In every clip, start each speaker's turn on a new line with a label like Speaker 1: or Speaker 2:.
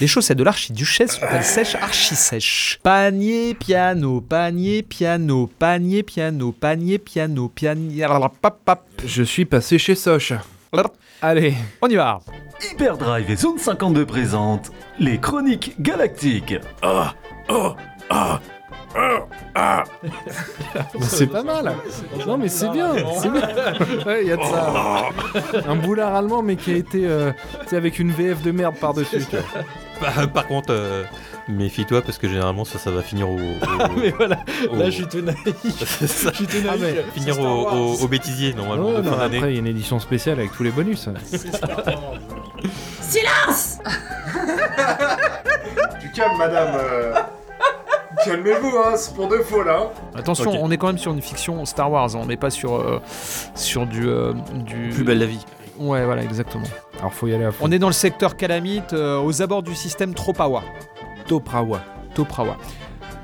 Speaker 1: Les chaussettes de l'archiduchesse sont elles sèches, archi sèches. Panier, piano, panier, piano, panier, piano, panier, piano, panier. Pap, pap.
Speaker 2: Je suis passé chez Soch.
Speaker 1: Allez, on y va.
Speaker 3: Hyperdrive et Zone 52 présentent les chroniques galactiques. Ah, ah, ah, ah, ah.
Speaker 2: c'est pas mal. Non, mais c'est bien. c'est bien. Ouais, il y a de ça. Un boulard allemand, mais qui a été. euh, tu sais, avec une VF de merde par-dessus. tu vois.
Speaker 4: Par, par contre, euh, méfie-toi parce que généralement ça, ça va finir au. au-
Speaker 5: Mais voilà,
Speaker 4: au-
Speaker 5: là je suis tout naïf.
Speaker 4: C'est ça.
Speaker 5: Je suis tout
Speaker 2: Ah, mais-
Speaker 5: naïf.
Speaker 4: Finir au, au- au bêtisier normalement
Speaker 2: Ah, Ouais,
Speaker 4: de
Speaker 2: non,
Speaker 4: fin d'année.
Speaker 2: après, il y a une édition spéciale avec tous les bonus.
Speaker 6: Du calme, madame. euh. Calmez-vous, hein, c'est pour de faux là.
Speaker 1: Attention,
Speaker 4: Ok.
Speaker 1: on est quand même sur une fiction Star Wars, hein, on n'est pas sur, euh, sur du, euh, du.
Speaker 4: Plus belle la vie.
Speaker 1: Ouais, voilà, exactement.
Speaker 2: Alors, faut y aller à fond.
Speaker 1: On est dans le secteur calamite, euh, aux abords du système Tropawa.
Speaker 2: Toprawa.
Speaker 1: Toprawa.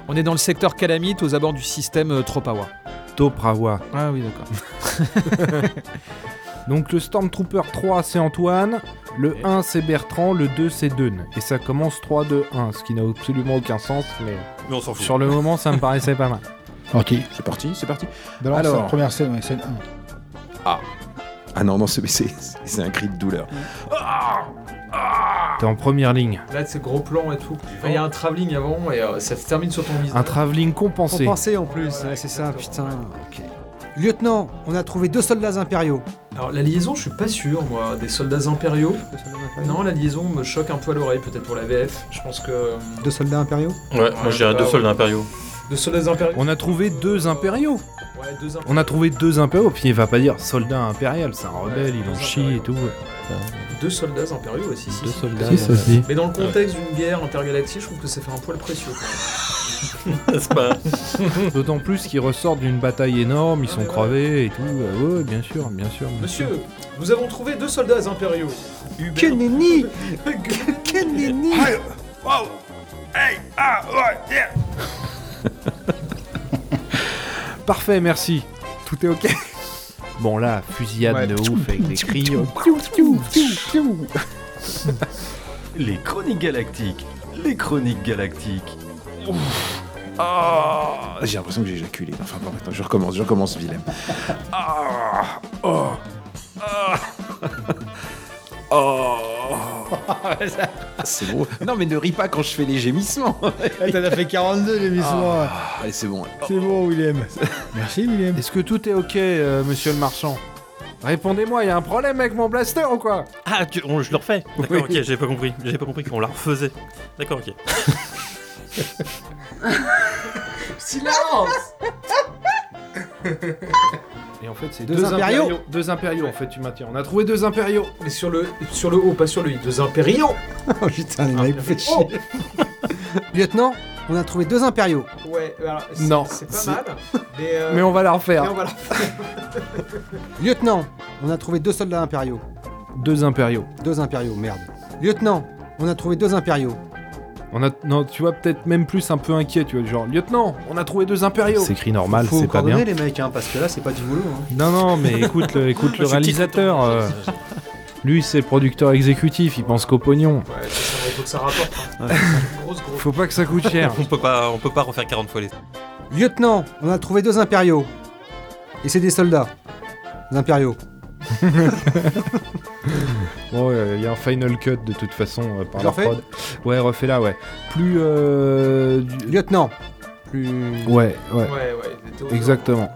Speaker 1: On est dans le secteur calamite, aux abords du système euh, Tropawa.
Speaker 2: Toprawa.
Speaker 1: Ah oui, d'accord.
Speaker 2: Donc, le Stormtrooper 3, c'est Antoine. Le 1, c'est Bertrand. Le 2, c'est Dune. Et ça commence 3, 2, 1. Ce qui n'a absolument aucun sens, mais
Speaker 4: Mais on s'en fout.
Speaker 2: sur le moment, ça me paraissait pas mal.
Speaker 7: Ok, c'est parti, c'est parti. Balance
Speaker 2: Alors.
Speaker 7: la première scène, ouais, scène 1.
Speaker 8: Ah non, non, c'est c'est- c'est un cri de douleur.
Speaker 2: T'es en première ligne.
Speaker 5: Là, c'est gros plan et tout. Il y a un travelling avant et euh, ça se termine sur ton
Speaker 2: Un
Speaker 5: visage.
Speaker 2: travelling compensé.
Speaker 9: Compensé en plus, ouais, c'est ça, putain. ok. Lieutenant, on a trouvé deux soldats impériaux.
Speaker 5: Alors, la liaison, je suis pas sûr, moi. Des soldats impériaux. Non, la liaison me choque un peu à l'oreille, peut-être pour la VF. Je pense que. euh,
Speaker 9: Deux soldats impériaux
Speaker 4: Ouais, moi j'ai un deux sols d'impériaux.
Speaker 5: Deux soldats impériaux.
Speaker 2: On a trouvé deux impériaux.
Speaker 5: Ouais, deux impériaux.
Speaker 2: On a trouvé deux impériaux. Puis il va pas dire soldat impérial, c'est un rebelle, il en chie et tout.
Speaker 5: Deux soldats impériaux aussi, si.
Speaker 4: Deux
Speaker 5: si.
Speaker 4: soldats.
Speaker 2: dit.
Speaker 5: Mais dans le contexte d'une guerre intergalactique, je trouve que ça fait un poil précieux. quoi.
Speaker 4: C'est pas.
Speaker 2: Euh, D'autant plus qu'ils ressortent d'une bataille énorme, ils sont crevés et tout. Euh, ouais, bien sûr, bien sûr. bien sûr.
Speaker 5: Monsieur, nous avons trouvé deux soldats impériaux.
Speaker 9: Que nenni Que nenni
Speaker 2: Parfait, merci. Tout est ok. Bon là, fusillade
Speaker 7: Ouais.
Speaker 2: de ouf avec des cris.
Speaker 3: Les chroniques galactiques. Les chroniques galactiques.
Speaker 8: Ah, j'ai l'impression que j'ai éjaculé. Enfin bon, attends, je recommence, je recommence, Willem. Ah, oh, ah, oh. C'est bon. Non, mais ne ris pas quand je fais les gémissements.
Speaker 7: T'en as fait 42,
Speaker 2: Ah.
Speaker 7: j'ai mis souvent.
Speaker 8: Allez, c'est bon.
Speaker 7: C'est bon, William. Merci, William.
Speaker 2: Est-ce que tout est ok, euh, monsieur le marchand Répondez-moi, il y a un problème avec mon blaster ou quoi
Speaker 4: Ah, tu- on- je le refais. D'accord, ok, j'avais pas compris. J'avais pas compris qu'on la refaisait. D'accord, ok.
Speaker 2: Et en fait, c'est
Speaker 9: Deux impériaux.
Speaker 2: Deux impériaux, en fait, tu maintiens. On a trouvé deux impériaux.
Speaker 5: Mais sur le, sur le haut, pas sur le i. Deux impériaux. Oh.
Speaker 9: Oh putain, il m'a fait chier. Lieutenant, on a trouvé deux impériaux.
Speaker 5: Ouais, alors, c'est-
Speaker 2: Non,
Speaker 5: C'est pas
Speaker 2: c'est-
Speaker 5: mal. Mais, euh,
Speaker 2: Mais on va la
Speaker 5: mais
Speaker 2: refaire.
Speaker 5: on va la-
Speaker 9: Lieutenant, on a trouvé deux soldats impériaux.
Speaker 2: Deux impériaux.
Speaker 9: Deux impériaux, merde. Lieutenant, on a trouvé deux impériaux.
Speaker 2: On a, non, tu vois, peut-être même plus un peu inquiet, tu vois, genre, lieutenant, on a trouvé deux impériaux. C'est écrit normal,
Speaker 9: Faut coordonner les mecs, hein, parce que là, c'est pas du boulot. hein.
Speaker 2: Non, non, mais écoute le, écoute le réalisateur. euh, lui, c'est le producteur exécutif, il pense qu'au pognon.
Speaker 5: Ouais, ça, il faut que ça rapporte. hein. grosse, grosse.
Speaker 2: Faut pas que ça coûte cher.
Speaker 4: On peut pas, on peut pas refaire 40 fois les.
Speaker 9: Lieutenant, on a trouvé deux impériaux. Et c'est des soldats. Des impériaux.
Speaker 2: bon, il y a un final cut de toute façon euh, par
Speaker 9: Je
Speaker 2: la
Speaker 9: refais
Speaker 2: prod. Ouais, refais là, ouais. Plus. euh, du- euh,
Speaker 9: Lieutenant, plus...
Speaker 2: Ouais, ouais,
Speaker 5: Ouais, ouais, des théories.
Speaker 2: exactement.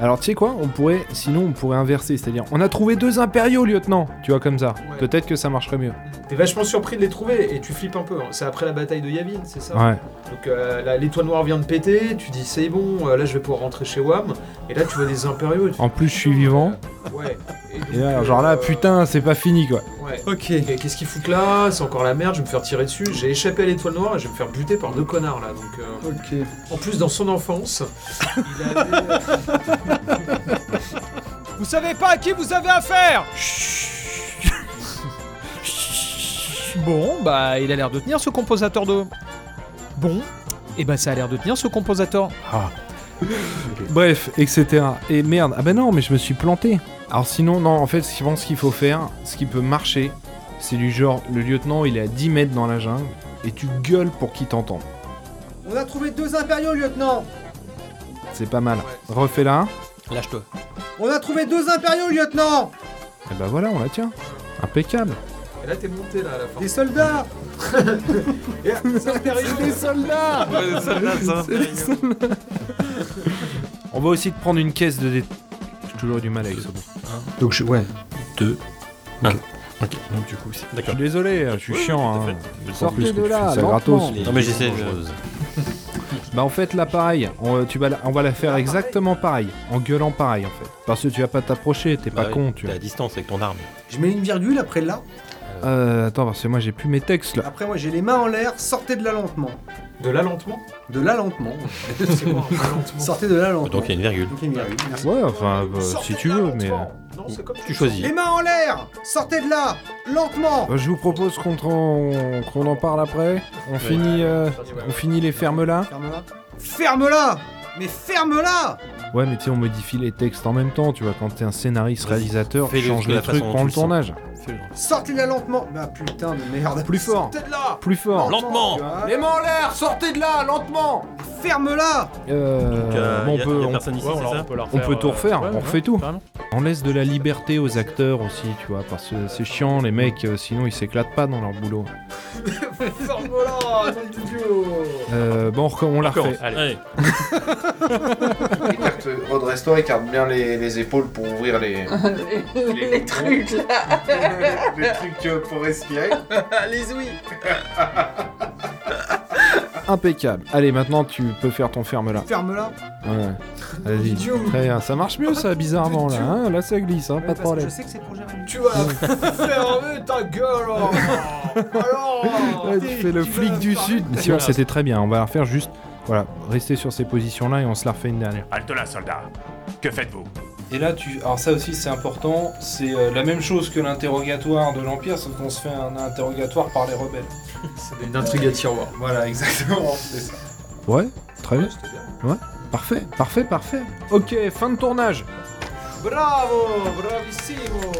Speaker 2: Alors, tu sais quoi On pourrait, sinon, on pourrait inverser, c'est-à-dire, on a trouvé deux impériaux, lieutenant. Tu vois, comme ça.
Speaker 5: Ouais.
Speaker 2: Peut-être que ça marcherait mieux.
Speaker 5: hein. T'es vachement surpris de les trouver et tu flippes un peu. hein. C'est après la bataille de Yavin, c'est ça
Speaker 2: Ouais.
Speaker 5: Donc euh, là, l'étoile noire vient de péter, tu dis c'est bon, euh, là je vais pouvoir rentrer chez WAM. Et là tu vois des impériaux. et tu-
Speaker 2: En plus, je suis vivant.
Speaker 5: Ouais. Et donc,
Speaker 2: Et là,
Speaker 5: euh,
Speaker 2: genre là, putain, c'est pas fini, quoi.
Speaker 5: Ouais.
Speaker 9: Ok.
Speaker 5: Et Qu'est-ce qu'ils foutent là C'est encore la merde, je vais me faire tirer dessus. J'ai échappé à l'étoile noire et je vais me faire buter par deux connards là. Donc, euh,
Speaker 9: Ok.
Speaker 5: En plus, dans son enfance, il avait. euh,
Speaker 2: euh,
Speaker 1: Vous savez pas à qui vous avez affaire Bon, bah, il a l'air de tenir ce composateur de. Bon, et bah, ça a l'air de tenir ce composateur.
Speaker 2: Ah, Bref, etc. Et merde, ah ben non, mais je me suis planté. Alors sinon, non, en fait, je pense qu'il faut faire, ce qui peut marcher, C'est du genre, le lieutenant, il est à 10 mètres dans la jungle, et tu gueules pour qu'il t'entende.
Speaker 9: On a trouvé deux impériaux, lieutenant
Speaker 2: C'est pas mal. Refais-la.
Speaker 4: Lâche-toi.
Speaker 9: On a trouvé deux impériaux, lieutenant
Speaker 2: Et bah voilà, on la tient. Impeccable.
Speaker 5: Et là, t'es monté là à la fin.
Speaker 9: Des soldats
Speaker 2: Des soldats On va aussi te prendre une caisse de dé... J'ai toujours eu du mal avec ce mot.
Speaker 9: Donc, je... ouais.
Speaker 4: Ok, donc du coup, c'est.
Speaker 2: Je
Speaker 4: D'accord.
Speaker 2: suis désolé, je suis chiant. hein. Sortez
Speaker 7: plus
Speaker 2: de
Speaker 7: que tu
Speaker 2: là,
Speaker 7: fais ça
Speaker 2: lentement.
Speaker 7: gratos.
Speaker 4: Non, mais j'essaie. je-
Speaker 2: Bah en fait là pareil, on, euh, tu vas la- on va la faire exactement pareil, en gueulant pareil en fait. Parce que tu vas pas t'approcher, t'es
Speaker 4: Bah
Speaker 2: pas
Speaker 4: oui,
Speaker 2: con tu
Speaker 4: T'es
Speaker 2: vois.
Speaker 4: à distance avec ton arme.
Speaker 9: Je mets une virgule après là.
Speaker 2: Euh, attends parce que moi j'ai plus mes textes là.
Speaker 9: Après, moi, j'ai les mains en l'air. Sortez de là lentement.
Speaker 5: De là lentement
Speaker 9: De là lentement.
Speaker 5: C'est quoi un pas lentement
Speaker 9: Sortez de là lentement.
Speaker 4: Donc il y a une virgule.
Speaker 9: Donc, il y a une virgule, merci.
Speaker 2: Ouais enfin bah,
Speaker 9: Sortez
Speaker 2: si tu
Speaker 9: de là
Speaker 2: veux mais...
Speaker 9: lentement.
Speaker 5: Non, c'est comme
Speaker 4: Tu choisis.
Speaker 9: Les mains en l'air Sortez de là Lentement
Speaker 2: Bah, je vous propose qu'on t'en- qu'on en parle après. On finit euh, on finit les fermes là.
Speaker 9: Ferme-la Ferme-la Mais ferme-la
Speaker 2: Ouais mais tu sais on modifie les textes en même temps tu vois quand t'es un scénariste
Speaker 4: Vas-y,
Speaker 2: réalisateur tu
Speaker 4: fais-le
Speaker 2: changes
Speaker 4: de la
Speaker 2: les trucs
Speaker 4: façon dont
Speaker 2: pendant le
Speaker 4: tu le
Speaker 2: tournage.
Speaker 9: Sortez de là lentement Bah putain de merde
Speaker 2: Plus fort.
Speaker 9: Sortez de là
Speaker 2: Plus fort.
Speaker 4: Lentement
Speaker 2: Les mains en l'air, sortez de là lentement.
Speaker 9: Ferme-la
Speaker 2: Euh, bon, on peut- on
Speaker 4: personne ici, c'est ça
Speaker 2: On peut euh, tout refaire, on refait tout. On laisse de la liberté aux acteurs aussi, tu vois, parce que c'est chiant, les mecs, euh, sinon ils s'éclatent pas dans leur boulot.
Speaker 5: Ferme-la, nom de Dieu
Speaker 2: Euh, bon, on reco- on la
Speaker 4: Encore.
Speaker 2: refait.
Speaker 4: Allez.
Speaker 6: Écarte, redresse-toi, écarte bien les, les épaules pour ouvrir les,
Speaker 10: les trucs là.
Speaker 6: les trucs euh, pour respirer.
Speaker 10: les oui.
Speaker 2: Impeccable. Allez, maintenant tu peux faire ton ferme là.
Speaker 9: Ferme-la
Speaker 2: Ouais. Vas-y.
Speaker 9: Idiot.
Speaker 2: Très bien. Ça marche mieux ça, bizarrement là. hein. là, ça glisse, hein, pas
Speaker 9: Parce
Speaker 2: de
Speaker 9: que
Speaker 2: problème.
Speaker 9: Je sais que c'est pour Jérémy.
Speaker 5: Tu vas fermer ta gueule oh. Alors
Speaker 2: Ouais, tu fais le
Speaker 5: tu
Speaker 2: flic
Speaker 5: vas
Speaker 2: du
Speaker 5: parler
Speaker 2: sud. Tu vois, C'était très bien. On va la refaire juste. Voilà, rester sur ces positions là et on se la refait une dernière.
Speaker 3: Halte là, soldat. Que faites-vous
Speaker 11: Et là, tu. Alors, ça aussi, c'est important. C'est euh, la même chose que l'interrogatoire de l'Empire, sauf qu'on se fait un interrogatoire par les rebelles.
Speaker 5: C'est une intrigue à tiroir.
Speaker 11: Voilà, exactement. c'est ça.
Speaker 2: Ouais, très bien. Ouais, parfait, parfait, parfait. Ok, fin de tournage.
Speaker 5: Bravo Bravissimo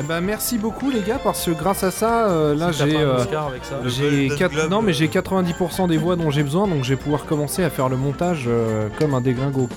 Speaker 2: Eh ben, merci beaucoup les gars parce que grâce à ça, euh, là j'ai euh, j'ai
Speaker 4: Golden
Speaker 2: quatre-
Speaker 4: Globe,
Speaker 2: non mais
Speaker 4: euh,
Speaker 2: j'ai 90% des voix dont j'ai besoin donc je vais pouvoir commencer à faire le montage euh, comme un déglingo.